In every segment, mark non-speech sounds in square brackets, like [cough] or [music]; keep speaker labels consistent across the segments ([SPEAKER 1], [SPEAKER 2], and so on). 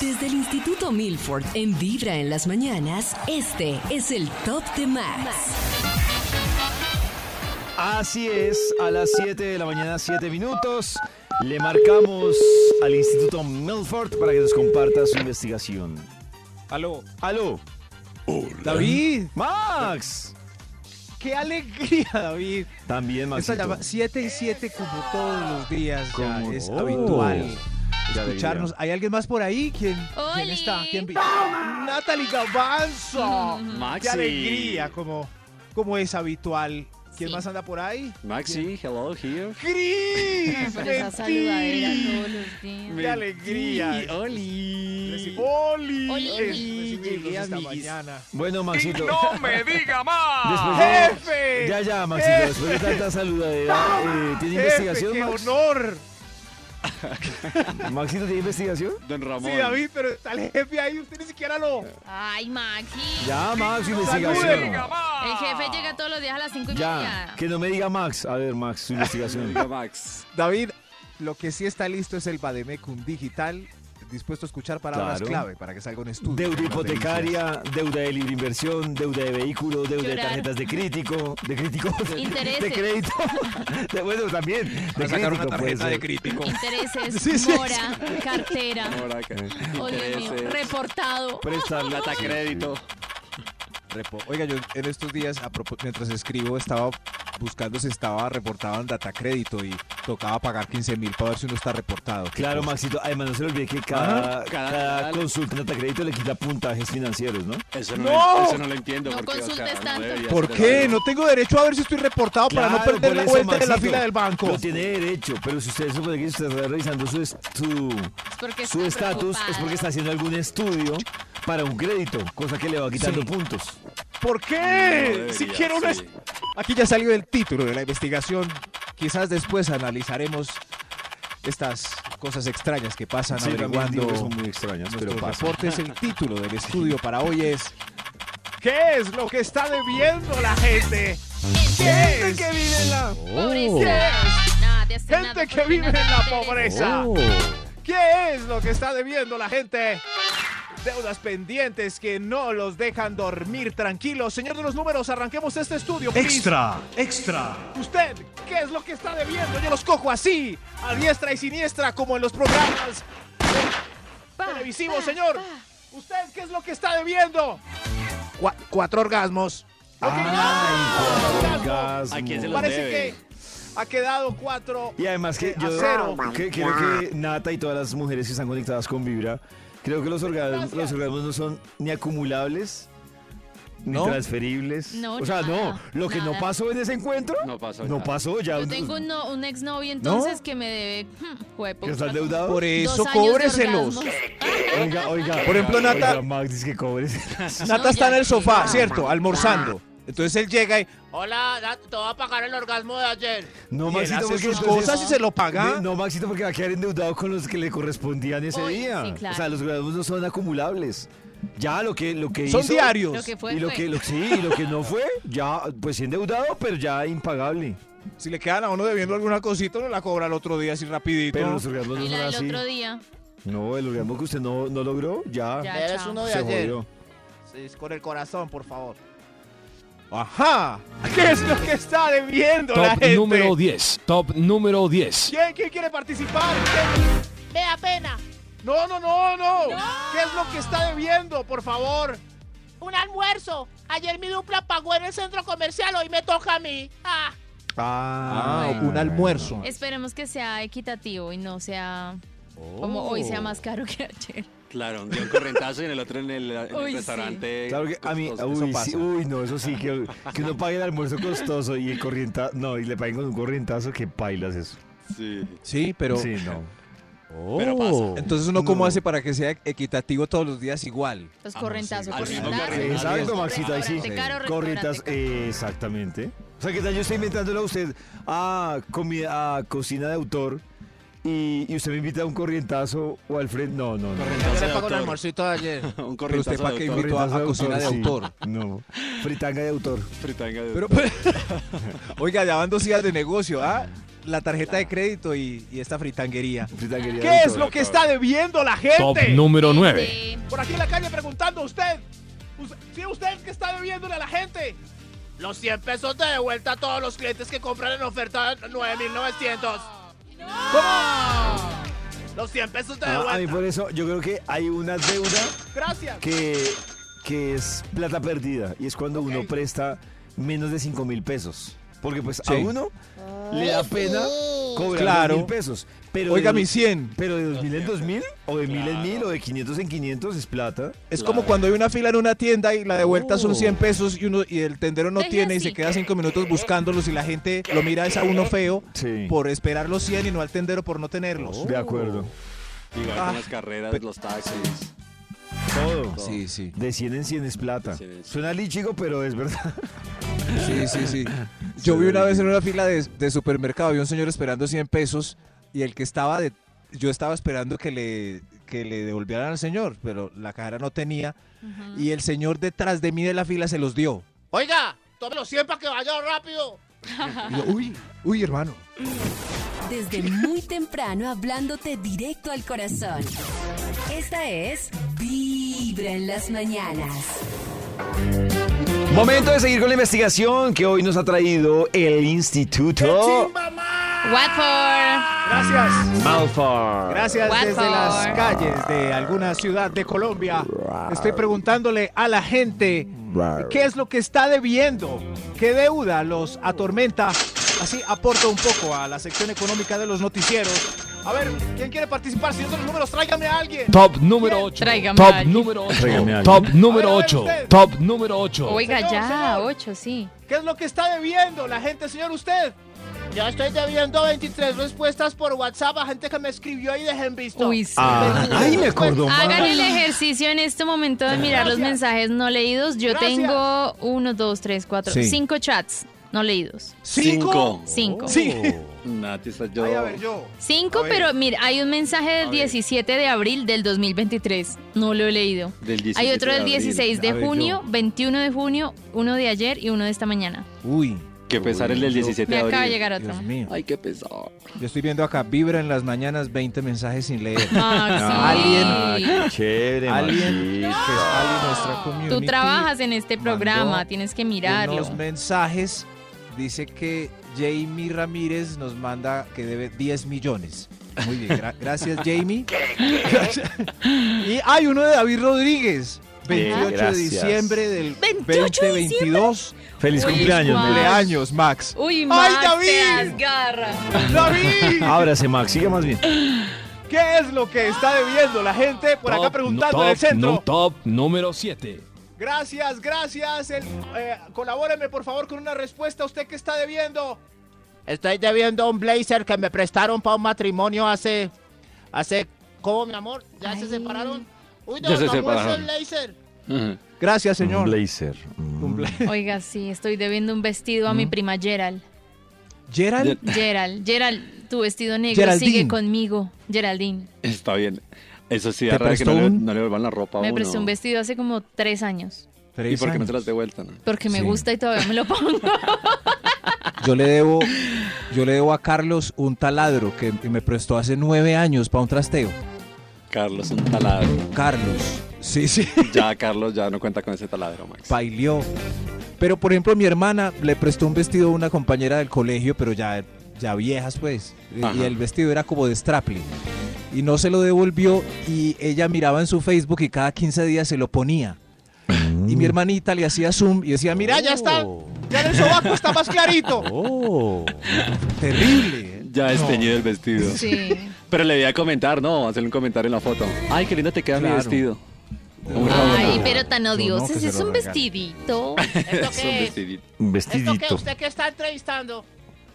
[SPEAKER 1] Desde el Instituto Milford en Vibra en las mañanas, este es el Top de Max.
[SPEAKER 2] Así es, a las 7 de la mañana, 7 minutos, le marcamos al Instituto Milford para que nos comparta su investigación.
[SPEAKER 3] Aló,
[SPEAKER 2] ¡Aló!
[SPEAKER 3] David.
[SPEAKER 2] ¡Max!
[SPEAKER 3] Qué alegría, David.
[SPEAKER 2] También, Max.
[SPEAKER 3] Esta llama 7 y 7 como todos los días ya
[SPEAKER 2] ¿Cómo
[SPEAKER 3] es
[SPEAKER 2] no?
[SPEAKER 3] habitual
[SPEAKER 2] Ya debería.
[SPEAKER 3] escucharnos. ¿Hay alguien más por ahí? ¿Quién, ¿quién está? ¿Quién vi- Natalie Gavanzo.
[SPEAKER 4] Mm-hmm.
[SPEAKER 3] Qué alegría, como, como es habitual. ¿Quién más anda por ahí?
[SPEAKER 5] Maxi, hello here.
[SPEAKER 3] ¡Cris!
[SPEAKER 4] Pero esa saludadera
[SPEAKER 3] ¡Mentiri!
[SPEAKER 4] todos los días.
[SPEAKER 3] ¡Qué alegría!
[SPEAKER 5] Oli.
[SPEAKER 3] Reci- ¡Oli!
[SPEAKER 4] Oli.
[SPEAKER 3] Recibirlos
[SPEAKER 5] Llegué,
[SPEAKER 3] esta
[SPEAKER 5] amiguis.
[SPEAKER 3] mañana.
[SPEAKER 2] Bueno, Maxito.
[SPEAKER 6] me diga más!
[SPEAKER 2] Después de-
[SPEAKER 3] ¡Jefe!
[SPEAKER 2] ya, ya, Maxito, después de tanta saludadera, eh, ¿tiene
[SPEAKER 3] ¡Jefe,
[SPEAKER 2] investigación,
[SPEAKER 3] qué
[SPEAKER 2] Max?
[SPEAKER 3] honor!
[SPEAKER 2] ¿Maxito tiene investigación?
[SPEAKER 5] Don Ramón.
[SPEAKER 3] Sí, David, pero está el jefe ahí, usted ni siquiera lo...
[SPEAKER 4] Ay, Maxi.
[SPEAKER 2] Ya, Max,
[SPEAKER 3] ¡Salude!
[SPEAKER 2] investigación.
[SPEAKER 4] El jefe llega todos los días a las 5 y
[SPEAKER 2] Ya,
[SPEAKER 4] media.
[SPEAKER 2] que no me diga Max. A ver, Max, su investigación.
[SPEAKER 5] Diga Max.
[SPEAKER 3] David, lo que sí está listo es el Bademecum digital, dispuesto a escuchar palabras
[SPEAKER 2] Claro.
[SPEAKER 3] clave para que salga un estudio.
[SPEAKER 2] Deuda hipotecaria, deuda de libre inversión, deuda de vehículo, deuda de
[SPEAKER 4] Llorar.
[SPEAKER 2] tarjetas de crítico, de crítico, de-
[SPEAKER 4] Intereses.
[SPEAKER 2] de crédito, [laughs] de, bueno también, pues, de
[SPEAKER 6] sacar una
[SPEAKER 2] crítico, puede
[SPEAKER 6] tarjeta
[SPEAKER 2] ser.
[SPEAKER 6] de crítico.
[SPEAKER 2] [laughs]
[SPEAKER 4] Intereses,
[SPEAKER 3] Sí, sí,
[SPEAKER 4] mora, cartera.
[SPEAKER 5] Ahora acá.
[SPEAKER 4] Oh, Dios mío, reportado.
[SPEAKER 2] Prestar
[SPEAKER 5] Plata crédito.
[SPEAKER 3] Repo- Oiga, yo en estos días, a propó- mientras escribo, estaba buscando si estaba reportado en data crédito y tocaba pagar 15 mil para ver si uno está reportado. Qué
[SPEAKER 2] Claro,
[SPEAKER 3] cosa.
[SPEAKER 2] Maxito, además no se le olvide que cada,
[SPEAKER 5] Ajá.
[SPEAKER 2] cada,
[SPEAKER 5] Cada-
[SPEAKER 2] consulta de crédito le quita puntajes financieros, ¿no?
[SPEAKER 5] Eso no,
[SPEAKER 3] ¡No!
[SPEAKER 5] Eso no lo entiendo.
[SPEAKER 4] No
[SPEAKER 5] porque,
[SPEAKER 4] consultes tanto.
[SPEAKER 5] debería
[SPEAKER 3] ¿Por
[SPEAKER 5] ser
[SPEAKER 3] qué?
[SPEAKER 5] algo.
[SPEAKER 3] No tengo derecho a ver si estoy reportado para no
[SPEAKER 2] Claro,
[SPEAKER 3] perder
[SPEAKER 2] por
[SPEAKER 3] la
[SPEAKER 2] eso,
[SPEAKER 3] vuelta de la
[SPEAKER 2] Maxito,
[SPEAKER 3] fila del banco.
[SPEAKER 2] Lo tiene derecho, pero si usted supone que usted está revisando su est- su
[SPEAKER 4] Es porque
[SPEAKER 2] su
[SPEAKER 4] estoy
[SPEAKER 2] estatus es
[SPEAKER 4] preocupada.
[SPEAKER 2] porque está haciendo algún estudio para un crédito, cosa que le va quitando
[SPEAKER 3] Sí.
[SPEAKER 2] puntos.
[SPEAKER 3] ¿Por
[SPEAKER 5] No
[SPEAKER 3] qué?
[SPEAKER 5] debería,
[SPEAKER 3] Eh, si quiero una...
[SPEAKER 5] sí.
[SPEAKER 3] Aquí ya salió el título de la investigación. Quizás después analizaremos estas cosas extrañas que pasan
[SPEAKER 2] Sí, también digo que
[SPEAKER 3] averiguando
[SPEAKER 2] son muy extrañas, pero
[SPEAKER 3] nuestros
[SPEAKER 2] pasa.
[SPEAKER 3] reportes. El título del estudio para hoy es ¿Qué es lo que está debiendo la gente? Gente que vive en la,
[SPEAKER 4] Pobreza.
[SPEAKER 2] Oh.
[SPEAKER 4] Nada, te hacen nada
[SPEAKER 3] gente que
[SPEAKER 4] porque
[SPEAKER 3] vive en
[SPEAKER 4] nada
[SPEAKER 3] la
[SPEAKER 4] te
[SPEAKER 3] pobreza. ¿Qué es lo que está debiendo la gente? Deudas pendientes que no los dejan dormir tranquilos. Señor de los números, arranquemos este estudio. please.
[SPEAKER 6] Extra, extra.
[SPEAKER 3] Usted, ¿qué es lo que está debiendo? Yo los cojo así, a diestra y siniestra, como en los programas
[SPEAKER 4] Pa,
[SPEAKER 3] televisivos,
[SPEAKER 4] pa,
[SPEAKER 3] señor. ¿Usted qué es lo que está debiendo? Cua- cuatro orgasmos. Lo que queda-
[SPEAKER 2] Ah, Orgasmo.
[SPEAKER 5] ¿A quién se los
[SPEAKER 3] Parece que
[SPEAKER 5] debe?
[SPEAKER 3] ha quedado cuatro.
[SPEAKER 2] Y además que
[SPEAKER 3] Eh,
[SPEAKER 2] yo
[SPEAKER 3] a cero.
[SPEAKER 2] que- creo que Nata y todas las mujeres que están conectadas con Vibra, creo que los orgasmos,
[SPEAKER 3] Gracias.
[SPEAKER 2] los orgasmos no son ni acumulables,
[SPEAKER 3] No.
[SPEAKER 2] ni transferibles.
[SPEAKER 4] No,
[SPEAKER 2] o sea,
[SPEAKER 4] nada,
[SPEAKER 2] no, lo que no
[SPEAKER 4] nada.
[SPEAKER 2] pasó en ese encuentro,
[SPEAKER 5] No pasó.
[SPEAKER 2] no
[SPEAKER 5] nada.
[SPEAKER 2] pasó ya.
[SPEAKER 4] Yo tengo un, no- un exnovio entonces que me debe. hmm,
[SPEAKER 2] ¿Que
[SPEAKER 4] juepucha.
[SPEAKER 2] está endeudado?
[SPEAKER 3] Por eso,
[SPEAKER 4] Dos años de
[SPEAKER 3] cóbreselos.
[SPEAKER 4] orgasmos.
[SPEAKER 2] Oiga, oiga.
[SPEAKER 3] Por ejemplo,
[SPEAKER 2] oiga,
[SPEAKER 3] Nata-
[SPEAKER 2] Max dice que cobres.
[SPEAKER 3] Nata
[SPEAKER 4] No,
[SPEAKER 3] está
[SPEAKER 4] ya
[SPEAKER 3] en el
[SPEAKER 4] sí.
[SPEAKER 3] sofá,
[SPEAKER 4] Ah,
[SPEAKER 3] ¿cierto? Almorzando. Entonces él llega y.
[SPEAKER 7] Hola, Nat, te voy a pagar el orgasmo de ayer.
[SPEAKER 2] No,
[SPEAKER 3] y él
[SPEAKER 2] Maxito,
[SPEAKER 3] hace
[SPEAKER 2] porque
[SPEAKER 3] sus
[SPEAKER 2] entonces-
[SPEAKER 3] cosas y se lo paga.
[SPEAKER 2] de- No, Maxito, porque va a quedar endeudado con los que le correspondían ese
[SPEAKER 4] Oye,
[SPEAKER 2] día.
[SPEAKER 4] sí, claro.
[SPEAKER 2] O sea, los orgasmos no son acumulables. Ya lo que, lo que
[SPEAKER 3] Son
[SPEAKER 2] hizo-
[SPEAKER 3] diarios.
[SPEAKER 4] Lo que fue,
[SPEAKER 2] y lo
[SPEAKER 4] fue.
[SPEAKER 2] que lo, sí, y lo que
[SPEAKER 4] [laughs]
[SPEAKER 2] no fue, ya pues sí endeudado, pero ya impagable.
[SPEAKER 3] Si le quedan a uno debiendo alguna cosita, no la cobra el otro día así rapidito.
[SPEAKER 2] Pero los orgasmos no
[SPEAKER 4] Y
[SPEAKER 2] son
[SPEAKER 4] la del
[SPEAKER 2] así.
[SPEAKER 4] otro día.
[SPEAKER 2] No, el orgasmo que usted no, no logró, ya,
[SPEAKER 4] Ya,
[SPEAKER 7] Eres
[SPEAKER 4] chao.
[SPEAKER 7] uno de
[SPEAKER 2] se
[SPEAKER 7] ayer.
[SPEAKER 2] jodió.
[SPEAKER 3] Sí, es con el corazón, por favor. Ajá. ¿Qué es lo que está debiendo la
[SPEAKER 8] Top
[SPEAKER 3] gente?
[SPEAKER 8] número 10. Top número 10.
[SPEAKER 3] ¿Quién, quién quiere participar? ¿Quién?
[SPEAKER 7] Me da pena.
[SPEAKER 3] No, no, no, no. ¿Qué es lo que está debiendo, por favor?
[SPEAKER 7] Un almuerzo. Ayer mi dupla pagó en el centro comercial, hoy me toca a mí. Ah,
[SPEAKER 2] Ah,
[SPEAKER 4] Bueno.
[SPEAKER 3] un almuerzo.
[SPEAKER 4] Esperemos que sea equitativo y no sea como hoy sea más caro que ayer.
[SPEAKER 5] Claro, un día un correntazo y en el otro en el, en el
[SPEAKER 4] Uy, sí.
[SPEAKER 5] restaurante.
[SPEAKER 2] Claro que a mí,
[SPEAKER 5] costoso.
[SPEAKER 2] uy,
[SPEAKER 3] pasa.
[SPEAKER 2] sí, uy, no, eso sí, que, que uno pague el almuerzo costoso y el corrientazo, no, y le paguen con un corrientazo, que pailas eso.
[SPEAKER 5] Sí.
[SPEAKER 3] Sí, pero
[SPEAKER 2] Sí, no.
[SPEAKER 5] Pero pasa.
[SPEAKER 3] Entonces uno cómo hace para que sea equitativo todos los días igual.
[SPEAKER 4] Los correntazo,
[SPEAKER 5] Ah, al mismo
[SPEAKER 4] correntazo.
[SPEAKER 5] carril.
[SPEAKER 2] Exacto,
[SPEAKER 5] Exacto,
[SPEAKER 2] Maxito, ahí sí.
[SPEAKER 4] Restaurante caro, restaurante
[SPEAKER 2] Corritas,
[SPEAKER 4] caro.
[SPEAKER 2] eh, exactamente. O sea, ¿qué tal? Yo estoy inventándolo a usted a, comida, a cocina de autor y, y usted me invita a un corrientazo o al frente. No, no, no.
[SPEAKER 7] Yo
[SPEAKER 5] Correntazo
[SPEAKER 7] le
[SPEAKER 5] de
[SPEAKER 7] pago el
[SPEAKER 5] autor.
[SPEAKER 7] almuercito de ayer.
[SPEAKER 5] Un
[SPEAKER 3] Pero
[SPEAKER 5] correntazo
[SPEAKER 3] usted para
[SPEAKER 5] de
[SPEAKER 3] qué
[SPEAKER 5] autor.
[SPEAKER 3] invitó a, a cocina de
[SPEAKER 2] sí.
[SPEAKER 3] autor.
[SPEAKER 2] No, fritanga de autor.
[SPEAKER 5] Fritanga de
[SPEAKER 3] [laughs] Pero, pues, [laughs] oiga, ya van dos días de negocio, ¿ah? La tarjeta de crédito y, y esta fritanguería.
[SPEAKER 2] Fritanguería de
[SPEAKER 9] ¿Qué es
[SPEAKER 2] autor.
[SPEAKER 9] lo que está debiendo la
[SPEAKER 8] Top
[SPEAKER 9] gente?
[SPEAKER 8] número 9.
[SPEAKER 4] Sí.
[SPEAKER 9] Por aquí en la calle preguntando a usted. Us- Sí, usted que está debiéndole a la gente.
[SPEAKER 7] Los 100 pesos de devuelta a todos los clientes que compran en oferta 9,900. Los 100 pesos de
[SPEAKER 2] Ah,
[SPEAKER 7] devuelta.
[SPEAKER 2] a mí por eso, yo creo que hay una deuda
[SPEAKER 9] Gracias.
[SPEAKER 2] que, que es plata perdida y es cuando uno presta menos de 5 mil pesos. Porque pues a
[SPEAKER 3] Sí.
[SPEAKER 2] uno le da pena cobrar
[SPEAKER 3] Claro.
[SPEAKER 2] mil pesos. Pero
[SPEAKER 3] Oiga,
[SPEAKER 2] de-
[SPEAKER 3] mis 100.
[SPEAKER 2] Pero de 2000 en 2000, o de 1000 en 1000, o de 500 en 500 es plata.
[SPEAKER 3] Es como cuando hay una fila en una tienda y la de vuelta son 100 pesos y uno y el tendero no
[SPEAKER 4] Deje
[SPEAKER 3] tiene y
[SPEAKER 4] así.
[SPEAKER 3] se queda cinco minutos buscándolos y la gente lo mira es a uno feo
[SPEAKER 2] Sí. Oh.
[SPEAKER 3] por esperar los 100 y no al tendero por no tenerlos.
[SPEAKER 2] De acuerdo.
[SPEAKER 5] Igual
[SPEAKER 3] Ah.
[SPEAKER 5] con las carreras, los taxis.
[SPEAKER 2] Todo.
[SPEAKER 3] Sí, sí.
[SPEAKER 2] De 100 en 100 es plata.
[SPEAKER 5] 100 en 100.
[SPEAKER 2] Suena lichigo, pero es verdad. [laughs]
[SPEAKER 3] Sí, sí, sí. Yo vi una vez en una fila de, de supermercado, había un señor esperando 100 pesos y el que estaba de... Yo estaba esperando que le, que le devolvieran al señor, pero la cajera no tenía y el señor detrás de mí de la fila se los dio.
[SPEAKER 7] Oiga, tome los 100 para que vaya rápido.
[SPEAKER 3] Y yo, uy, uy, hermano.
[SPEAKER 1] Desde muy temprano hablándote directo al corazón. Esta es Vibra en las mañanas.
[SPEAKER 2] Momento de seguir con la investigación que hoy nos ha traído el Instituto
[SPEAKER 4] Watford.
[SPEAKER 9] Gracias.
[SPEAKER 2] Malfar.
[SPEAKER 9] Gracias
[SPEAKER 4] What
[SPEAKER 9] desde
[SPEAKER 4] for?
[SPEAKER 9] las calles de alguna ciudad de Colombia. Estoy preguntándole a la gente qué es lo que está debiendo, qué deuda los atormenta. Así aporto un poco a la sección económica de los noticieros. A ver, ¿quién quiere participar? Si no son los números, tráigame a alguien.
[SPEAKER 8] Top número 8.
[SPEAKER 4] Tráigame a
[SPEAKER 8] Top
[SPEAKER 4] alguien.
[SPEAKER 8] número 8.
[SPEAKER 2] Tráigame a
[SPEAKER 8] Top número
[SPEAKER 9] A ver, a ver
[SPEAKER 8] 8.
[SPEAKER 9] usted.
[SPEAKER 8] Top número 8.
[SPEAKER 4] Oiga,
[SPEAKER 9] Señor,
[SPEAKER 4] ya,
[SPEAKER 9] señor.
[SPEAKER 4] ocho, sí.
[SPEAKER 9] ¿Qué es lo que está debiendo la gente, señor, usted?
[SPEAKER 7] Yo estoy debiendo 23 respuestas por WhatsApp a gente que me escribió y dejen visto.
[SPEAKER 4] Uy, sí.
[SPEAKER 2] Ah, ay, me acordó
[SPEAKER 4] Hagan
[SPEAKER 2] mal.
[SPEAKER 4] el ejercicio en este momento de mirar los
[SPEAKER 9] Gracias.
[SPEAKER 4] mensajes no leídos. Yo
[SPEAKER 9] Gracias.
[SPEAKER 4] tengo uno, dos, tres, cuatro,
[SPEAKER 3] Sí.
[SPEAKER 4] cinco chats no leídos.
[SPEAKER 5] Cinco.
[SPEAKER 4] Cinco.
[SPEAKER 9] Sí.
[SPEAKER 5] Nati, está yo.
[SPEAKER 9] Ay, a ver, yo.
[SPEAKER 4] Cinco,
[SPEAKER 9] ver.
[SPEAKER 4] pero mira, hay un mensaje del
[SPEAKER 5] ver.
[SPEAKER 4] 17 de abril del 2023. No lo he leído.
[SPEAKER 5] Del 17
[SPEAKER 4] Hay
[SPEAKER 5] de
[SPEAKER 4] otro del
[SPEAKER 5] abril.
[SPEAKER 4] 16 de
[SPEAKER 3] A ver, yo.
[SPEAKER 4] junio, 21 de junio, uno de ayer y uno de esta mañana.
[SPEAKER 3] Uy,
[SPEAKER 5] Qué pesar el del 17
[SPEAKER 4] Me
[SPEAKER 5] de
[SPEAKER 4] acaba de
[SPEAKER 5] abril.
[SPEAKER 4] llegar otro.
[SPEAKER 3] Dios mío.
[SPEAKER 5] Ay, qué pesar.
[SPEAKER 3] Yo estoy viendo acá, vibra en las mañanas, 20 mensajes sin leer.
[SPEAKER 4] Maxi,
[SPEAKER 2] Qué Chévere,
[SPEAKER 3] Alguien que
[SPEAKER 2] Maxito.
[SPEAKER 3] es Ali, nuestra community.
[SPEAKER 4] tú trabajas en este
[SPEAKER 3] mandó
[SPEAKER 4] programa, tienes que mirarlo.
[SPEAKER 3] Unos mensajes dice que Jamie Ramírez nos manda que debe 10 millones. Muy bien, gra-
[SPEAKER 4] [laughs]
[SPEAKER 3] gracias Jamie. Gracias. [laughs] y hay uno de David Rodríguez, 28 de
[SPEAKER 2] gracias.
[SPEAKER 3] diciembre del
[SPEAKER 4] 28 de diciembre.
[SPEAKER 3] 2022.
[SPEAKER 2] Feliz
[SPEAKER 4] Uy,
[SPEAKER 2] cumpleaños.
[SPEAKER 4] Juan.
[SPEAKER 2] Max.
[SPEAKER 3] Cumpleaños, Max.
[SPEAKER 4] Uy,
[SPEAKER 9] ¡Ay,
[SPEAKER 4] Max, te
[SPEAKER 9] David!
[SPEAKER 4] desgarra.
[SPEAKER 9] ¡David!
[SPEAKER 2] Ábrase, Max. Siga más bien.
[SPEAKER 9] ¿Qué es lo que está debiendo la gente por acá
[SPEAKER 8] Top,
[SPEAKER 9] preguntando
[SPEAKER 8] top,
[SPEAKER 9] en el centro?
[SPEAKER 8] no, top número 7.
[SPEAKER 9] Gracias, gracias. El- eh, colabóreme, por favor, con una respuesta. ¿Usted qué está debiendo?
[SPEAKER 7] Estoy debiendo un blazer que me prestaron para un matrimonio hace. hace. ¿Cómo, mi amor? ¿Ya se
[SPEAKER 4] Ay.
[SPEAKER 7] separaron? Uy,
[SPEAKER 5] Ya
[SPEAKER 7] no,
[SPEAKER 5] se
[SPEAKER 7] no muestra
[SPEAKER 5] separaron.
[SPEAKER 7] el
[SPEAKER 5] [laughs]
[SPEAKER 7] blazer.
[SPEAKER 3] Gracias,
[SPEAKER 2] Un
[SPEAKER 3] señor.
[SPEAKER 2] blazer.
[SPEAKER 4] Oiga, sí, estoy debiendo un vestido a
[SPEAKER 3] Mm.
[SPEAKER 4] mi prima Gerald.
[SPEAKER 3] Gerald,
[SPEAKER 4] Gerald, Gerald, tu vestido negro
[SPEAKER 3] Geraldine.
[SPEAKER 4] sigue conmigo. Geraldine,
[SPEAKER 5] Está bien. Eso sí,
[SPEAKER 3] ¿Te
[SPEAKER 5] es raro que no,
[SPEAKER 3] prestó
[SPEAKER 5] le,
[SPEAKER 3] un-
[SPEAKER 5] no le vuelvan la ropa a
[SPEAKER 4] me
[SPEAKER 5] uno.
[SPEAKER 4] prestó un vestido hace como tres años.
[SPEAKER 5] ¿Y
[SPEAKER 3] tres
[SPEAKER 5] por qué no te
[SPEAKER 3] años.
[SPEAKER 5] las devueltan?
[SPEAKER 4] Porque me
[SPEAKER 3] Sí.
[SPEAKER 4] gusta y todavía me lo pongo.
[SPEAKER 3] Yo le debo, yo le debo a Carlos un taladro que me prestó hace nueve años para un trasteo.
[SPEAKER 5] Carlos, un
[SPEAKER 3] [laughs]
[SPEAKER 5] taladro.
[SPEAKER 3] Carlos. Sí, sí.
[SPEAKER 5] Ya, Carlos, ya no cuenta con ese taladro, Max.
[SPEAKER 3] bailó. Pero por ejemplo, mi hermana le prestó un vestido a una compañera del colegio, pero ya, ya viejas pues, y- y
[SPEAKER 5] Ajá.
[SPEAKER 3] el vestido era como de straplin. Y no se lo devolvió y ella miraba en su Facebook y cada 15 días se lo ponía. Y mi hermanita le hacía zoom y decía, mira,
[SPEAKER 9] Mira, ya está. Ya en el sobaco está más clarito.
[SPEAKER 3] terrible. ¿eh?".
[SPEAKER 5] Ya desteñido el vestido.
[SPEAKER 4] Sí.
[SPEAKER 3] [laughs]
[SPEAKER 5] Pero le voy a comentar, no, hacerle un comentario en la foto. Ay, qué lindo te queda
[SPEAKER 3] Claro.
[SPEAKER 5] mi vestido. Un
[SPEAKER 4] Ay,
[SPEAKER 5] rabón.
[SPEAKER 4] pero tan odioso.
[SPEAKER 3] que se
[SPEAKER 4] es
[SPEAKER 3] lo
[SPEAKER 4] un
[SPEAKER 3] regale. [laughs]
[SPEAKER 4] vestidito.
[SPEAKER 7] ¿Esto
[SPEAKER 5] Es un
[SPEAKER 7] qué es?
[SPEAKER 5] vestidito.
[SPEAKER 2] Un
[SPEAKER 7] ¿Esto qué?
[SPEAKER 2] vestidito.
[SPEAKER 7] ¿Usted qué está entrevistando?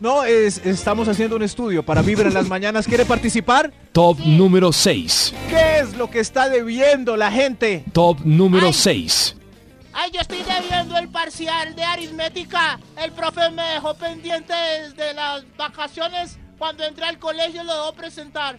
[SPEAKER 3] No, es, estamos haciendo un estudio para Vibra en las mañanas. ¿Quiere participar?
[SPEAKER 8] Top número 6.
[SPEAKER 3] ¿Qué es lo que está debiendo la gente?
[SPEAKER 8] Top número
[SPEAKER 7] Ay.
[SPEAKER 8] 6.
[SPEAKER 7] Ay, yo estoy debiendo el parcial de aritmética. El profe me dejó pendiente desde las vacaciones. Cuando entré al colegio lo debo presentar.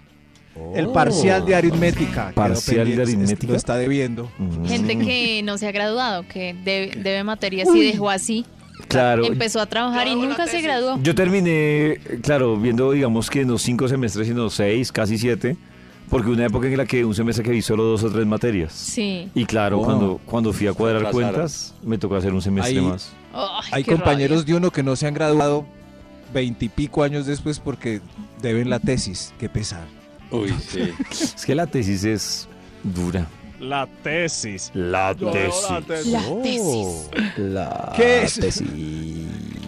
[SPEAKER 3] El parcial de aritmética. quedó
[SPEAKER 2] Oh. Parcial de
[SPEAKER 3] pendiente, es-
[SPEAKER 2] aritmética.
[SPEAKER 3] Lo está debiendo.
[SPEAKER 4] Gente que no se ha graduado, que de- debe materias y dejó así.
[SPEAKER 2] Claro.
[SPEAKER 8] Em,
[SPEAKER 4] Empezó a trabajar y nunca se graduó.
[SPEAKER 2] Yo terminé, eh, claro, viendo, digamos que en los cinco semestres, sino seis, casi siete, porque hubo una época en la que un semestre que vi solo dos o tres materias.
[SPEAKER 4] Sí.
[SPEAKER 2] Y claro,
[SPEAKER 10] Wow.
[SPEAKER 2] cuando, cuando fui a cuadrar
[SPEAKER 5] Aplazaron.
[SPEAKER 2] cuentas, me tocó hacer un semestre
[SPEAKER 10] Ahí-
[SPEAKER 2] más.
[SPEAKER 4] Ay,
[SPEAKER 10] Hay
[SPEAKER 4] qué
[SPEAKER 10] compañeros de uno que no se han graduado veintipico años después porque deben la tesis. Qué pesar.
[SPEAKER 5] Uy, sí.
[SPEAKER 2] Es que la tesis es dura.
[SPEAKER 11] La tesis.
[SPEAKER 2] La Oh,
[SPEAKER 4] rabia. La tesis.
[SPEAKER 2] La
[SPEAKER 3] ¿Qué es?
[SPEAKER 2] tesis.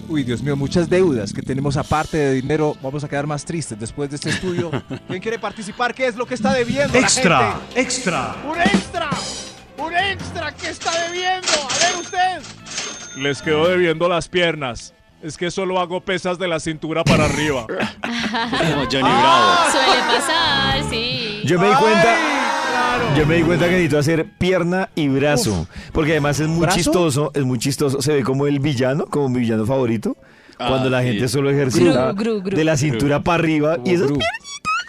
[SPEAKER 10] Uy, Dios mío, muchas deudas que tenemos aparte de dinero. Vamos a quedar más tristes después de este
[SPEAKER 2] [laughs]
[SPEAKER 10] estudio.
[SPEAKER 3] ¿Quién quiere participar? ¿Qué es lo que está debiendo la
[SPEAKER 6] Extra,
[SPEAKER 3] gente?
[SPEAKER 6] extra.
[SPEAKER 7] ¡Un extra! ¡Un extra que está debiendo! A ver usted.
[SPEAKER 11] Les quedo debiendo las piernas. Es que solo hago pesas de la cintura para arriba.
[SPEAKER 5] Como Johnny Bravo.
[SPEAKER 4] Suele pasar, sí.
[SPEAKER 2] Yo me di cuenta. Yo me di cuenta que necesito hacer pierna y brazo. porque además es muy
[SPEAKER 3] ¿Brazo?
[SPEAKER 2] chistoso, es muy chistoso. Se ve como el villano, como mi villano favorito.
[SPEAKER 5] Ah,
[SPEAKER 2] cuando la
[SPEAKER 5] sí.
[SPEAKER 2] gente solo ejercita
[SPEAKER 4] Gru, gru, gru.
[SPEAKER 2] de la cintura para arriba. Y esas
[SPEAKER 10] Gru.
[SPEAKER 2] piernas-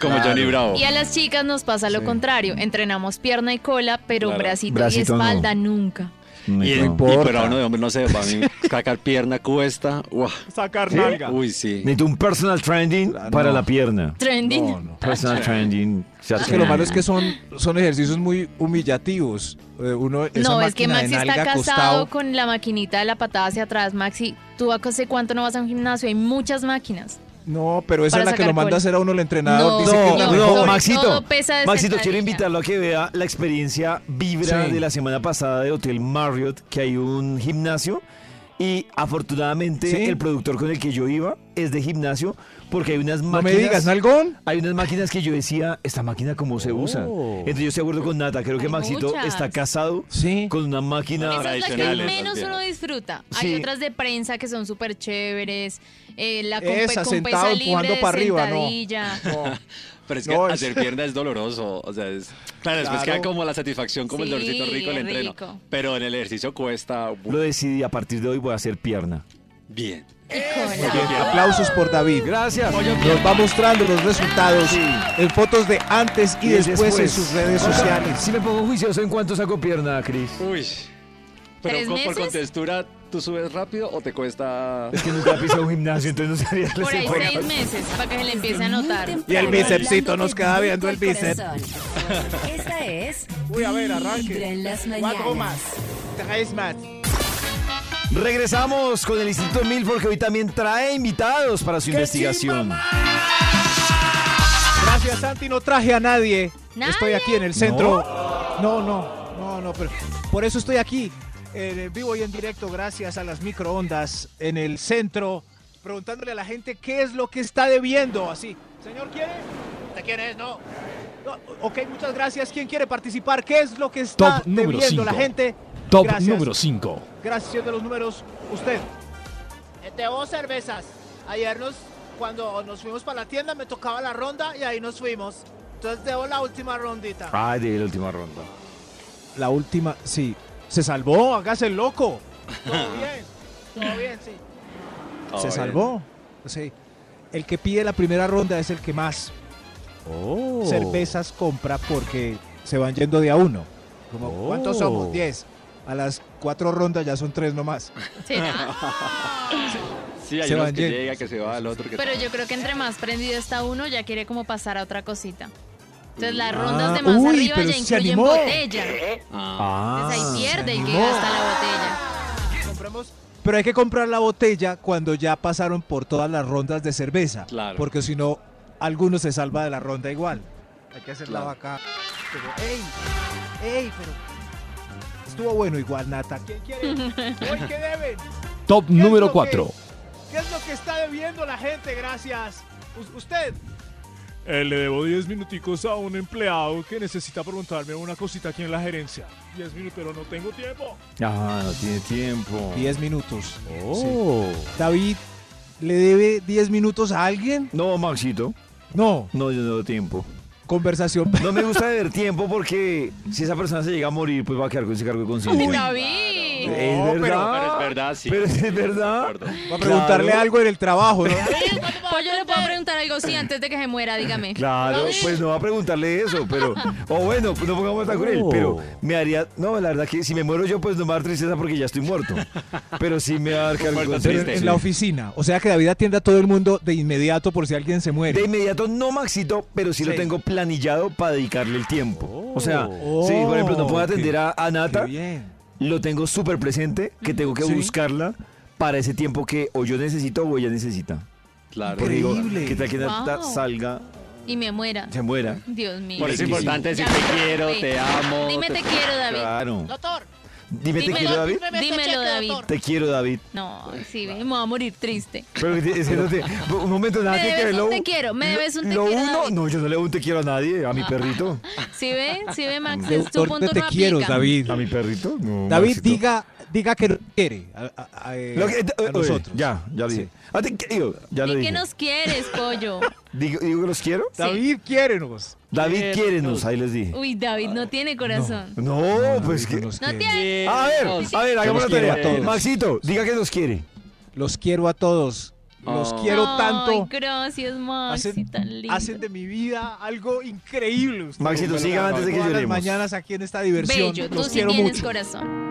[SPEAKER 5] Como Johnny Bravo.
[SPEAKER 4] Y a las chicas nos pasa lo contrario. Entrenamos pierna y cola, pero
[SPEAKER 5] Claro.
[SPEAKER 4] bracito,
[SPEAKER 2] Bracito
[SPEAKER 4] y
[SPEAKER 2] no.
[SPEAKER 4] espalda nunca.
[SPEAKER 5] Y,
[SPEAKER 2] No,
[SPEAKER 5] el-
[SPEAKER 2] no.
[SPEAKER 5] y pero a uno de hombre no sé, para mí sacar pierna cuesta. Uah.
[SPEAKER 11] Sacar nalga.
[SPEAKER 5] Uy, sí.
[SPEAKER 2] Necesito un personal trending para la pierna.
[SPEAKER 4] Trending.
[SPEAKER 2] Personal trending.
[SPEAKER 10] Es que lo malo es que son, son ejercicios muy humillativos. Eh, Uno, esa
[SPEAKER 4] No, es que
[SPEAKER 10] máquina de
[SPEAKER 4] Maxi está
[SPEAKER 10] nalga
[SPEAKER 4] casado
[SPEAKER 10] acostado,
[SPEAKER 4] con la maquinita de la patada hacia atrás. Maxi, tú acá sé cuánto no vas a un gimnasio, hay muchas máquinas.
[SPEAKER 10] No, pero esa es
[SPEAKER 4] para
[SPEAKER 10] la que
[SPEAKER 4] sacar
[SPEAKER 10] lo manda
[SPEAKER 4] cola.
[SPEAKER 10] a hacer a uno el entrenador.
[SPEAKER 4] No,
[SPEAKER 10] dice que es
[SPEAKER 2] No,
[SPEAKER 10] la
[SPEAKER 4] no,
[SPEAKER 10] mejor.
[SPEAKER 2] no,
[SPEAKER 4] sobre
[SPEAKER 2] Maxito.
[SPEAKER 4] todo pesa de
[SPEAKER 2] Maxito, quiero
[SPEAKER 4] sentadilla.
[SPEAKER 2] invitarlo a que vea la experiencia Vibra
[SPEAKER 10] Sí.
[SPEAKER 2] de la semana pasada de Hotel Marriott, que hay un gimnasio. Y afortunadamente
[SPEAKER 10] Sí.
[SPEAKER 2] el productor con el que yo iba es de gimnasio, porque hay unas
[SPEAKER 10] No me
[SPEAKER 2] máquinas.
[SPEAKER 10] digas, Nalgón.
[SPEAKER 2] Hay unas máquinas que yo decía, esta máquina cómo se usa.
[SPEAKER 10] Oh.
[SPEAKER 2] Entonces yo estoy de acuerdo con Nata, creo que
[SPEAKER 4] Hay
[SPEAKER 2] Maxito
[SPEAKER 4] muchas.
[SPEAKER 2] está casado
[SPEAKER 10] Sí.
[SPEAKER 2] con una máquina.
[SPEAKER 4] Esa es la que
[SPEAKER 5] tradicionales,
[SPEAKER 4] menos
[SPEAKER 5] más bien.
[SPEAKER 4] uno disfruta.
[SPEAKER 2] Sí.
[SPEAKER 4] Hay otras de prensa que son súper chéveres. eh, la con,
[SPEAKER 3] Esa,
[SPEAKER 4] con
[SPEAKER 3] sentado,
[SPEAKER 4] pesa libre
[SPEAKER 3] empujando
[SPEAKER 4] de
[SPEAKER 3] pa' arriba, no.
[SPEAKER 5] [laughs]
[SPEAKER 4] sentadilla.
[SPEAKER 5] Pero es que
[SPEAKER 10] No, es-
[SPEAKER 5] [laughs] hacer pierna es doloroso. O sea, es... claro, después
[SPEAKER 10] Claro.
[SPEAKER 5] queda como la satisfacción, como el
[SPEAKER 4] Sí,
[SPEAKER 5] dolorcito rico en el entreno.
[SPEAKER 4] rico.
[SPEAKER 5] Pero en el ejercicio cuesta.
[SPEAKER 2] Lo decidí, a partir de hoy voy a hacer pierna.
[SPEAKER 5] Bien.
[SPEAKER 4] Híjole.
[SPEAKER 10] Aplausos por David.
[SPEAKER 2] Gracias.
[SPEAKER 10] Nos va mostrando los resultados en fotos de antes y,
[SPEAKER 2] Y
[SPEAKER 10] después, en sus redes
[SPEAKER 2] Oiga,
[SPEAKER 10] sociales.
[SPEAKER 2] Si me pongo juicioso, ¿en cuánto saco pierna, Cris?
[SPEAKER 5] Uy.
[SPEAKER 4] ¿Tres
[SPEAKER 5] Pero co- por
[SPEAKER 4] meses?
[SPEAKER 5] contextura, ¿tú subes rápido o te cuesta?
[SPEAKER 2] Es que nunca pisado un gimnasio, entonces no sabía las
[SPEAKER 4] Por ahí
[SPEAKER 2] épocas.
[SPEAKER 4] seis meses, para que se le empiece a notar.
[SPEAKER 1] Y el
[SPEAKER 3] bícepsito nos queda viendo el bíceps.
[SPEAKER 1] Esta es.
[SPEAKER 3] [laughs] Uy, a ver, arranque.
[SPEAKER 1] Vibra en las
[SPEAKER 7] Cuatro
[SPEAKER 1] mañanas.
[SPEAKER 7] más. Tres más.
[SPEAKER 2] Regresamos con el Instituto Milford que hoy también trae invitados para su investigación.
[SPEAKER 3] Gracias, Santi. No traje a nadie.
[SPEAKER 4] ¿Nadie?
[SPEAKER 3] Estoy aquí en el centro. No, no, no, no. pero por eso estoy aquí, en vivo y en directo, gracias a las microondas en el centro, preguntándole a la gente qué es lo que está debiendo. Así, señor, ¿quiere?
[SPEAKER 7] ¿De quién es? No.
[SPEAKER 3] No, ok, muchas gracias. ¿Quién quiere participar? ¿Qué es lo que está
[SPEAKER 8] Top número
[SPEAKER 3] debiendo la
[SPEAKER 8] cinco.
[SPEAKER 3] gente?
[SPEAKER 8] Top
[SPEAKER 3] gracias,
[SPEAKER 8] número 5.
[SPEAKER 3] Gracias, señor de los números. Usted.
[SPEAKER 7] Debo Este, cervezas. Ayer nos, cuando nos fuimos para la tienda me tocaba la ronda y ahí nos fuimos. Entonces debo la última rondita.
[SPEAKER 2] Ay, de la última ronda.
[SPEAKER 10] La última, sí.
[SPEAKER 3] Se salvó, hágase el loco.
[SPEAKER 7] Todo bien. Todo bien, sí.
[SPEAKER 5] Ah,
[SPEAKER 10] Se
[SPEAKER 5] bien.
[SPEAKER 10] salvó.
[SPEAKER 3] Sí. El que pide la primera ronda es el que más
[SPEAKER 5] Oh.
[SPEAKER 3] cervezas compra porque se van yendo de a uno. Como, ¿Cuántos
[SPEAKER 5] Oh.
[SPEAKER 3] somos? Diez. A las cuatro rondas ya son tres nomás.
[SPEAKER 4] ¿Será?
[SPEAKER 5] Sí, hay
[SPEAKER 10] Se
[SPEAKER 5] unos
[SPEAKER 10] van
[SPEAKER 5] que
[SPEAKER 10] llenos.
[SPEAKER 5] llega, que se va al otro. Que
[SPEAKER 4] Pero
[SPEAKER 5] tal.
[SPEAKER 4] yo creo que entre más prendido está uno, ya quiere como pasar a otra cosita. Entonces las
[SPEAKER 5] Ah,
[SPEAKER 4] rondas de más
[SPEAKER 3] uy,
[SPEAKER 4] arriba
[SPEAKER 3] pero
[SPEAKER 4] ya
[SPEAKER 3] se
[SPEAKER 4] incluyen
[SPEAKER 3] animó.
[SPEAKER 4] botella.
[SPEAKER 5] Ah,
[SPEAKER 4] Entonces ahí pierde el que gasta la botella.
[SPEAKER 3] Compramos- Pero hay que comprar la botella cuando ya pasaron por todas las rondas de cerveza.
[SPEAKER 5] Claro.
[SPEAKER 3] Porque si no, alguno se salva de la ronda igual. Hay que hacer
[SPEAKER 5] Claro.
[SPEAKER 3] la vaca. Pero, ey, ey, pero. Estuvo bueno igual, Nata. ¿Quién quiere? Hoy que deben.
[SPEAKER 8] Top
[SPEAKER 3] es
[SPEAKER 8] número
[SPEAKER 3] lo
[SPEAKER 8] 4.
[SPEAKER 3] ¿Qué es lo que está debiendo la gente? Gracias. U- usted.
[SPEAKER 11] Eh, le debo 10 minuticos a un empleado que necesita preguntarme una cosita aquí en la gerencia. 10 minutos, pero no tengo tiempo.
[SPEAKER 2] Ah, no tiene tiempo.
[SPEAKER 10] Diez minutos.
[SPEAKER 2] Oh.
[SPEAKER 10] David ¿Le debe 10 minutos a alguien?
[SPEAKER 2] No, Maxito.
[SPEAKER 10] No.
[SPEAKER 2] No, yo no tengo tiempo.
[SPEAKER 10] Conversación. [laughs]
[SPEAKER 2] No me gusta deber tiempo porque si esa persona se llega a morir, pues va a quedar con ese cargo de
[SPEAKER 4] Uy,
[SPEAKER 2] conciencia.
[SPEAKER 4] David.
[SPEAKER 2] Es
[SPEAKER 10] No, pero-
[SPEAKER 5] Pero es
[SPEAKER 4] Ah.
[SPEAKER 2] verdad.
[SPEAKER 5] verdad, sí.
[SPEAKER 2] Pero es verdad.
[SPEAKER 10] Va a preguntarle
[SPEAKER 2] Claro.
[SPEAKER 10] algo en el trabajo, ¿no?
[SPEAKER 4] Pues yo le puedo preguntar algo, sí, antes de que se muera, dígame.
[SPEAKER 2] Claro, pues no va a preguntarle eso, pero. O bueno, pues no pongamos tan cruel, pero me haría. No, la verdad que si me muero yo, pues no me va a dar tristeza porque ya estoy muerto. Pero sí me va a dar cargo de
[SPEAKER 5] muerto
[SPEAKER 10] Pero
[SPEAKER 2] conciencia.
[SPEAKER 5] triste.
[SPEAKER 10] en la oficina. O sea que David atiende a todo el mundo de inmediato por si alguien se muere.
[SPEAKER 2] De inmediato no Maxito, pero sí, lo
[SPEAKER 10] Sí.
[SPEAKER 2] tengo planillado para dedicarle el tiempo. O sea,
[SPEAKER 10] Oh.
[SPEAKER 2] sí, por ejemplo, no puedo
[SPEAKER 10] Ok.
[SPEAKER 2] atender a, a
[SPEAKER 10] Qué
[SPEAKER 2] Nata,
[SPEAKER 10] bien.
[SPEAKER 2] lo tengo súper presente, que tengo que
[SPEAKER 10] Sí.
[SPEAKER 2] buscarla para ese tiempo que o yo necesito o ella necesita.
[SPEAKER 5] Claro.
[SPEAKER 2] Porque digo,
[SPEAKER 10] Increíble.
[SPEAKER 2] ¿Qué tal que Nata
[SPEAKER 4] Wow.
[SPEAKER 2] salga,
[SPEAKER 4] Y me muera.
[SPEAKER 2] se muera?
[SPEAKER 4] Dios mío.
[SPEAKER 5] Por eso es importante decir
[SPEAKER 4] Ya
[SPEAKER 5] te
[SPEAKER 4] me
[SPEAKER 5] quiero,
[SPEAKER 4] rompí.
[SPEAKER 5] te amo.
[SPEAKER 4] Dime te quiero, David.
[SPEAKER 2] Claro.
[SPEAKER 7] Doctor,
[SPEAKER 2] Dime, te
[SPEAKER 4] Dime,
[SPEAKER 2] quiero,
[SPEAKER 4] no,
[SPEAKER 2] David.
[SPEAKER 7] dímeme este
[SPEAKER 4] Dímelo,
[SPEAKER 7] cheque,
[SPEAKER 4] David.
[SPEAKER 7] doctor.
[SPEAKER 2] Te quiero, David.
[SPEAKER 4] No, sí, me voy a morir triste.
[SPEAKER 2] Pero es que no
[SPEAKER 4] [laughs]
[SPEAKER 2] te- un momento, nada
[SPEAKER 4] Me
[SPEAKER 2] tiene que ver
[SPEAKER 4] debes un
[SPEAKER 2] lo
[SPEAKER 4] te quiero, me
[SPEAKER 2] lo-
[SPEAKER 4] debes un te
[SPEAKER 2] lo
[SPEAKER 4] quiero,
[SPEAKER 2] uno-
[SPEAKER 4] David.
[SPEAKER 2] no, yo no le doy un te quiero a nadie, a mi perrito.
[SPEAKER 4] ¿Sí ve? ¿Sí ve, Max? Es tu
[SPEAKER 10] Doctor,
[SPEAKER 4] punto
[SPEAKER 10] no te
[SPEAKER 4] no
[SPEAKER 10] quiero,
[SPEAKER 4] aplica.
[SPEAKER 10] David.
[SPEAKER 2] ¿A mi perrito? No,
[SPEAKER 10] David,
[SPEAKER 2] Maxito.
[SPEAKER 10] diga, diga que no quiere a, a- a- eh,
[SPEAKER 2] Lo que-
[SPEAKER 10] a
[SPEAKER 2] oye,
[SPEAKER 10] nosotros.
[SPEAKER 2] Ya, ya lo dije. Ah, te- que- digo, ya lo
[SPEAKER 4] ¿Y
[SPEAKER 2] dije.
[SPEAKER 4] qué nos quieres, pollo?
[SPEAKER 2] Digo, digo que los quiero.
[SPEAKER 10] David, pues, quiérenos.
[SPEAKER 2] David, quiérenos, ahí les dije.
[SPEAKER 4] Uy, David no tiene corazón.
[SPEAKER 2] No, pues
[SPEAKER 10] David,
[SPEAKER 2] que.
[SPEAKER 10] nos
[SPEAKER 4] No,
[SPEAKER 10] quiere.
[SPEAKER 4] tiene.
[SPEAKER 2] A ver, a ver, hagamos la
[SPEAKER 10] los quiero
[SPEAKER 2] tarea.
[SPEAKER 10] a todos.
[SPEAKER 2] Maxito, diga que nos quiere.
[SPEAKER 10] Los quiero a todos.
[SPEAKER 5] Los
[SPEAKER 10] quiero
[SPEAKER 4] Ay,
[SPEAKER 10] tanto.
[SPEAKER 4] gracias, Max.
[SPEAKER 3] Hacen-
[SPEAKER 4] tan lindo.
[SPEAKER 3] Hacen de mi vida algo increíble. ustedes.
[SPEAKER 2] Maxito, siga antes de que
[SPEAKER 3] Todas las
[SPEAKER 2] lloremos.
[SPEAKER 3] mañanas aquí en esta diversión.
[SPEAKER 4] Bello, tú
[SPEAKER 3] Los
[SPEAKER 4] sí
[SPEAKER 3] quiero
[SPEAKER 4] tienes
[SPEAKER 3] mucho.
[SPEAKER 4] corazón.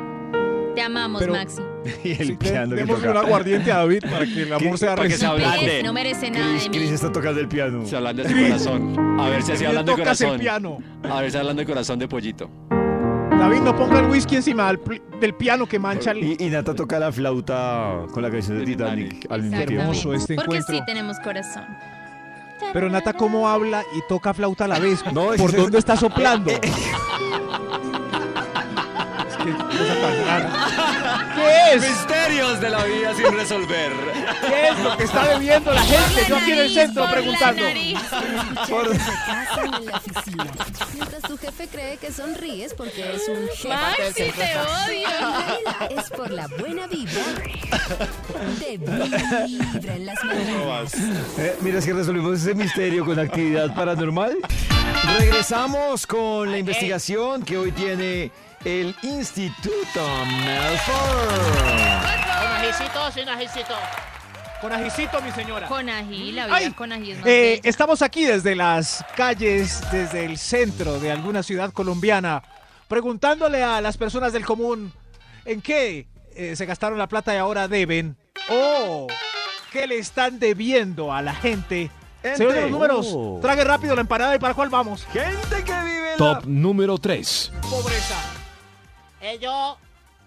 [SPEAKER 4] Te amamos,
[SPEAKER 10] Pero-
[SPEAKER 4] Maxi.
[SPEAKER 2] Y el piano que
[SPEAKER 3] Démosle un
[SPEAKER 2] toca.
[SPEAKER 3] aguardiente a David para que el amor sea
[SPEAKER 5] para que se
[SPEAKER 3] recíproco.
[SPEAKER 4] No
[SPEAKER 5] Hablante.
[SPEAKER 4] merece, no merece nada
[SPEAKER 2] Cris,
[SPEAKER 4] de
[SPEAKER 2] Cris
[SPEAKER 8] este
[SPEAKER 4] mí.
[SPEAKER 2] está tocando el piano.
[SPEAKER 5] Se hablan de su corazón. A ver si así
[SPEAKER 3] David,
[SPEAKER 5] hablan de
[SPEAKER 3] tocas el
[SPEAKER 5] corazón.
[SPEAKER 3] piano.
[SPEAKER 5] A ver si hablan de corazón de pollito.
[SPEAKER 3] David, no ponga el whisky encima del, pl- del piano que mancha el...
[SPEAKER 2] Y, y Nata toca la flauta con la canción de
[SPEAKER 5] De Titanic.
[SPEAKER 2] Titanic al mismo
[SPEAKER 4] Exactamente.
[SPEAKER 2] tiempo.
[SPEAKER 3] pues,
[SPEAKER 10] Hermoso este
[SPEAKER 4] Porque
[SPEAKER 10] encuentro.
[SPEAKER 4] sí tenemos corazón.
[SPEAKER 10] Pero Nata, ¿cómo habla y toca flauta a la vez?
[SPEAKER 2] No, es
[SPEAKER 10] ¿Por
[SPEAKER 2] que-
[SPEAKER 10] dónde está soplando? es que cosa tan rara.
[SPEAKER 3] ¿Qué es?
[SPEAKER 5] Misterios de la vida sin resolver.
[SPEAKER 3] ¿Qué es lo que está bebiendo la gente? Yo aquí en el centro preguntando. [laughs]
[SPEAKER 1] Por... casa o en la oficina. Mientras tu jefe cree que sonríes porque es un jefe.
[SPEAKER 4] Maxi, te odio.
[SPEAKER 1] Sonreír Es por la buena vibra de vibra en las mañanas.
[SPEAKER 2] Eh, mira, es que resolvimos ese misterio con actividad paranormal. Regresamos con la investigación que hoy tiene el Instituto Melford.
[SPEAKER 7] Sin ajicito, sin ajicito.
[SPEAKER 3] Corajicito, mi señora.
[SPEAKER 4] Con ají, la vida
[SPEAKER 3] Ay.
[SPEAKER 4] con ají es más
[SPEAKER 3] Eh,
[SPEAKER 4] bella.
[SPEAKER 3] estamos aquí desde las calles, desde el centro de alguna ciudad colombiana, preguntándole a las personas del común en qué eh, se gastaron la plata y ahora deben o qué le están debiendo a la gente.
[SPEAKER 2] Gente.
[SPEAKER 3] Señor de los números,
[SPEAKER 8] Oh.
[SPEAKER 3] trague rápido la empanada y para cuál vamos.
[SPEAKER 2] Gente que vive
[SPEAKER 8] Top número 3.
[SPEAKER 3] Pobreza.
[SPEAKER 7] Eh, yo,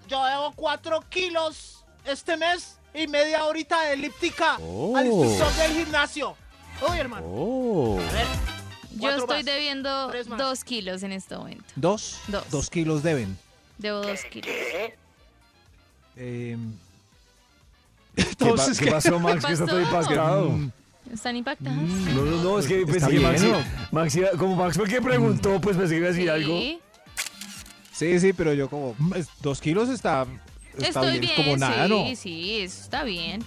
[SPEAKER 7] yo debo 4 kilos este mes y media horita de elíptica
[SPEAKER 8] Oh.
[SPEAKER 7] al instructor del gimnasio. Uy, hermano.
[SPEAKER 8] Oh.
[SPEAKER 7] A ver,
[SPEAKER 4] Yo
[SPEAKER 7] cuatro
[SPEAKER 4] estoy
[SPEAKER 7] más.
[SPEAKER 4] debiendo
[SPEAKER 7] Tres más.
[SPEAKER 4] dos kilos en este momento.
[SPEAKER 10] ¿Dos?
[SPEAKER 4] Dos.
[SPEAKER 10] Dos kilos deben.
[SPEAKER 4] Debo dos kilos.
[SPEAKER 10] Eh,
[SPEAKER 2] la... ¿Qué, pa-
[SPEAKER 3] Em, Entonces,
[SPEAKER 2] qué
[SPEAKER 3] ¿qué?
[SPEAKER 2] pasó, Max?
[SPEAKER 4] ¿Qué
[SPEAKER 2] Que está todo
[SPEAKER 4] pasó?
[SPEAKER 2] impactado.
[SPEAKER 4] ¿Están impactados?
[SPEAKER 10] Mm,
[SPEAKER 2] No, no, no, es que pensé que
[SPEAKER 10] bien, ¿eh?
[SPEAKER 2] Max,
[SPEAKER 10] ¿no?
[SPEAKER 2] Max iba- como Max fue el que preguntó, pues pensé que iba a decir algo.
[SPEAKER 4] Sí.
[SPEAKER 10] sí, sí, pero yo como... mm, es- Dos kilos está... Está
[SPEAKER 4] Estoy
[SPEAKER 10] bien,
[SPEAKER 4] bien,
[SPEAKER 10] es como nada,
[SPEAKER 4] sí,
[SPEAKER 10] ¿no?
[SPEAKER 4] sí, eso está bien.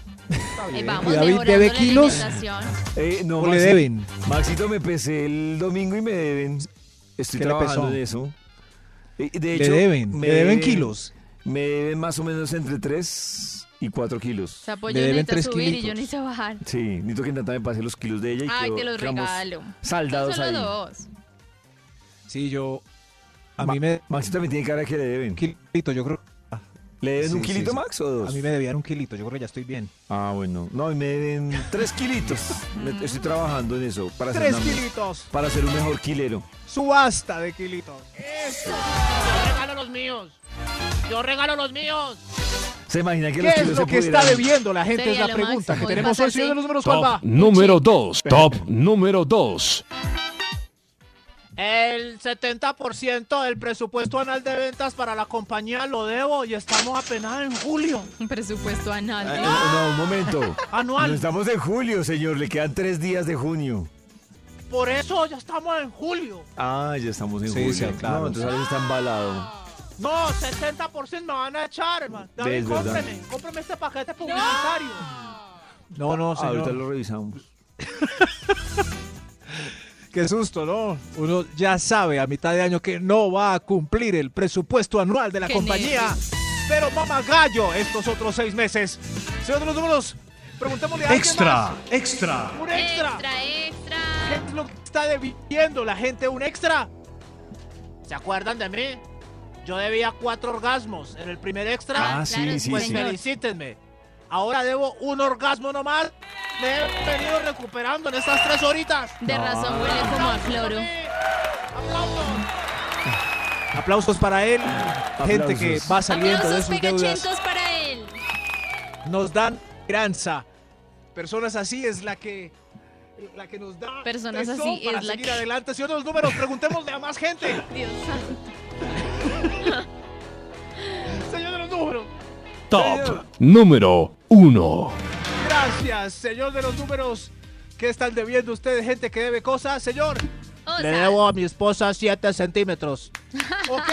[SPEAKER 4] Eh, vamos
[SPEAKER 10] ¿Y David
[SPEAKER 4] mejorando
[SPEAKER 10] debe
[SPEAKER 4] la
[SPEAKER 10] kilos?
[SPEAKER 4] alimentación.
[SPEAKER 2] Eh, no,
[SPEAKER 10] ¿O le
[SPEAKER 2] Maxi-
[SPEAKER 10] deben?
[SPEAKER 2] Maxito, me pesé el domingo y me deben. Estoy
[SPEAKER 10] ¿Qué le
[SPEAKER 2] trabajando
[SPEAKER 10] pesó?
[SPEAKER 2] en eso. Eh, De
[SPEAKER 10] Le
[SPEAKER 2] hecho,
[SPEAKER 10] deben.
[SPEAKER 2] me
[SPEAKER 10] Le deben kilos.
[SPEAKER 2] Me deben más o menos entre 3 y 4
[SPEAKER 4] O
[SPEAKER 2] kilos.
[SPEAKER 4] sea, pues
[SPEAKER 10] Le
[SPEAKER 4] yo
[SPEAKER 10] deben
[SPEAKER 4] necesito
[SPEAKER 10] tres
[SPEAKER 4] subir y yo
[SPEAKER 10] kilitos.
[SPEAKER 4] necesito bajar.
[SPEAKER 2] Sí, necesito que Nata me pase los kilos de ella y
[SPEAKER 4] Ay,
[SPEAKER 2] quedo-
[SPEAKER 4] te los
[SPEAKER 2] quedamos
[SPEAKER 4] regalo. Son
[SPEAKER 2] Saldados
[SPEAKER 4] solo
[SPEAKER 2] ahí.
[SPEAKER 4] dos.
[SPEAKER 10] Sí, yo... A
[SPEAKER 2] Ma-
[SPEAKER 10] mí me...
[SPEAKER 2] Maxito también tiene cara que le deben.
[SPEAKER 10] Un kilito, yo creo...
[SPEAKER 2] ¿Le deben
[SPEAKER 10] Sí,
[SPEAKER 2] un
[SPEAKER 10] sí,
[SPEAKER 2] kilito,
[SPEAKER 10] sí.
[SPEAKER 2] Max, o dos?
[SPEAKER 10] A mí me debían un kilito, yo creo que ya estoy bien.
[SPEAKER 2] Ah, bueno. No, me deben 3 kilitos. Me- estoy trabajando en eso para ser,
[SPEAKER 3] Tres
[SPEAKER 2] una-
[SPEAKER 3] kilitos.
[SPEAKER 2] para ser un mejor kilero.
[SPEAKER 3] Subasta de kilitos.
[SPEAKER 7] Yo regalo los míos. Yo regalo los míos.
[SPEAKER 2] ¿Se imagina que
[SPEAKER 3] ¿Qué
[SPEAKER 2] los
[SPEAKER 3] es
[SPEAKER 2] kilos
[SPEAKER 3] lo
[SPEAKER 2] se
[SPEAKER 3] que está
[SPEAKER 2] pudieran-
[SPEAKER 3] debiendo la gente?
[SPEAKER 4] Sería
[SPEAKER 3] es la
[SPEAKER 4] lo
[SPEAKER 3] pregunta
[SPEAKER 4] máximo,
[SPEAKER 3] que tenemos hoy,
[SPEAKER 4] impactante.
[SPEAKER 3] señor de los números. ¿Cuál va?
[SPEAKER 8] Top número 2. Top número 2.
[SPEAKER 3] El 70% del presupuesto anual de ventas para la compañía lo debo y estamos apenas en julio.
[SPEAKER 4] Un presupuesto
[SPEAKER 2] Ah,
[SPEAKER 4] anual.
[SPEAKER 2] No, no, un momento.
[SPEAKER 3] Anual.
[SPEAKER 2] No estamos en julio, señor. Le quedan tres días de junio.
[SPEAKER 3] Por eso ya estamos en julio.
[SPEAKER 2] Ah, ya estamos en
[SPEAKER 10] Sí,
[SPEAKER 2] julio.
[SPEAKER 10] sí, claro.
[SPEAKER 2] No, entonces ahora sí está embalado.
[SPEAKER 3] No, 70% me van a echar, man. David,
[SPEAKER 2] Es verdad.
[SPEAKER 3] cómpreme, cómpreme este paquete publicitario. No, no, señor.
[SPEAKER 2] Ahorita lo revisamos.
[SPEAKER 3] Qué susto, ¿no? Uno ya sabe a mitad de año que no va a cumplir el presupuesto anual de la
[SPEAKER 1] Qué
[SPEAKER 3] compañía.
[SPEAKER 1] nervios.
[SPEAKER 3] Pero mamá gallo estos otros seis meses. Señor de los números, preguntémosle a
[SPEAKER 6] Extra,
[SPEAKER 3] alguien
[SPEAKER 6] extra.
[SPEAKER 3] más. Un extra. Ah,
[SPEAKER 4] Extra, extra.
[SPEAKER 3] ¿Qué es lo que está debiendo la gente? ¿Un extra?
[SPEAKER 7] ¿Se acuerdan de mí? Yo debía cuatro orgasmos en el primer extra.
[SPEAKER 2] Ah,
[SPEAKER 4] claro,
[SPEAKER 2] sí, sí,
[SPEAKER 4] pues
[SPEAKER 7] pues
[SPEAKER 2] sí.
[SPEAKER 4] me-
[SPEAKER 7] felicítenme. Ahora debo un orgasmo nomás. Me he venido recuperando en estas tres horitas.
[SPEAKER 4] De razón huele como a cloro.
[SPEAKER 7] ¡Aplausos!
[SPEAKER 3] Aplausos para él. Gente
[SPEAKER 2] Aplausos.
[SPEAKER 3] que va saliendo de
[SPEAKER 4] Aplausos
[SPEAKER 3] sus deudas.
[SPEAKER 4] pegachentos para él.
[SPEAKER 3] Nos dan esperanza. Personas así es la que la que nos da
[SPEAKER 4] Personas
[SPEAKER 3] tesón
[SPEAKER 4] así
[SPEAKER 3] para
[SPEAKER 4] es la
[SPEAKER 3] seguir
[SPEAKER 4] que-
[SPEAKER 3] adelante. Señor de los números, preguntémosle a más
[SPEAKER 4] [laughs]
[SPEAKER 3] gente.
[SPEAKER 4] Dios santo.
[SPEAKER 3] Señor de los números.
[SPEAKER 8] Top número 1.
[SPEAKER 3] Gracias, señor de los números. ¿Qué están debiendo ustedes, gente que debe cosas, señor?
[SPEAKER 4] O
[SPEAKER 7] Le
[SPEAKER 4] sea,
[SPEAKER 7] debo a mi esposa 7 centímetros.
[SPEAKER 3] Ok.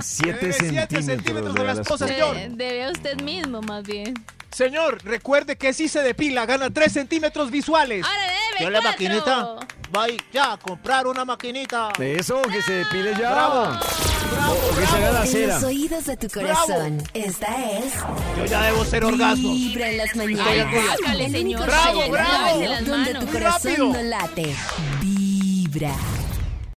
[SPEAKER 2] Siete
[SPEAKER 3] Debe
[SPEAKER 2] centímetros
[SPEAKER 3] de
[SPEAKER 2] de
[SPEAKER 3] las
[SPEAKER 2] las cosas.
[SPEAKER 3] cosas, señor.
[SPEAKER 4] de- debe a usted mismo, más bien.
[SPEAKER 3] Señor, recuerde que si se depila, gana 3 centímetros visuales.
[SPEAKER 4] Ahora debe
[SPEAKER 7] Yo la
[SPEAKER 4] cuatro.
[SPEAKER 7] maquinita. Voy ya a comprar una maquinita.
[SPEAKER 2] Eso, que se depile ya.
[SPEAKER 7] Bravo.
[SPEAKER 2] O que se haga la
[SPEAKER 1] En
[SPEAKER 2] cera.
[SPEAKER 1] los oídos de tu corazón, esta es
[SPEAKER 7] Yo ya debo ser orgasmos.
[SPEAKER 1] Vibra en las mañanas.
[SPEAKER 4] hágale,
[SPEAKER 1] El único
[SPEAKER 4] señor.
[SPEAKER 1] show
[SPEAKER 7] Bravo, bravo.
[SPEAKER 1] donde tu corazón
[SPEAKER 4] Rápido.
[SPEAKER 1] no late. Vibra.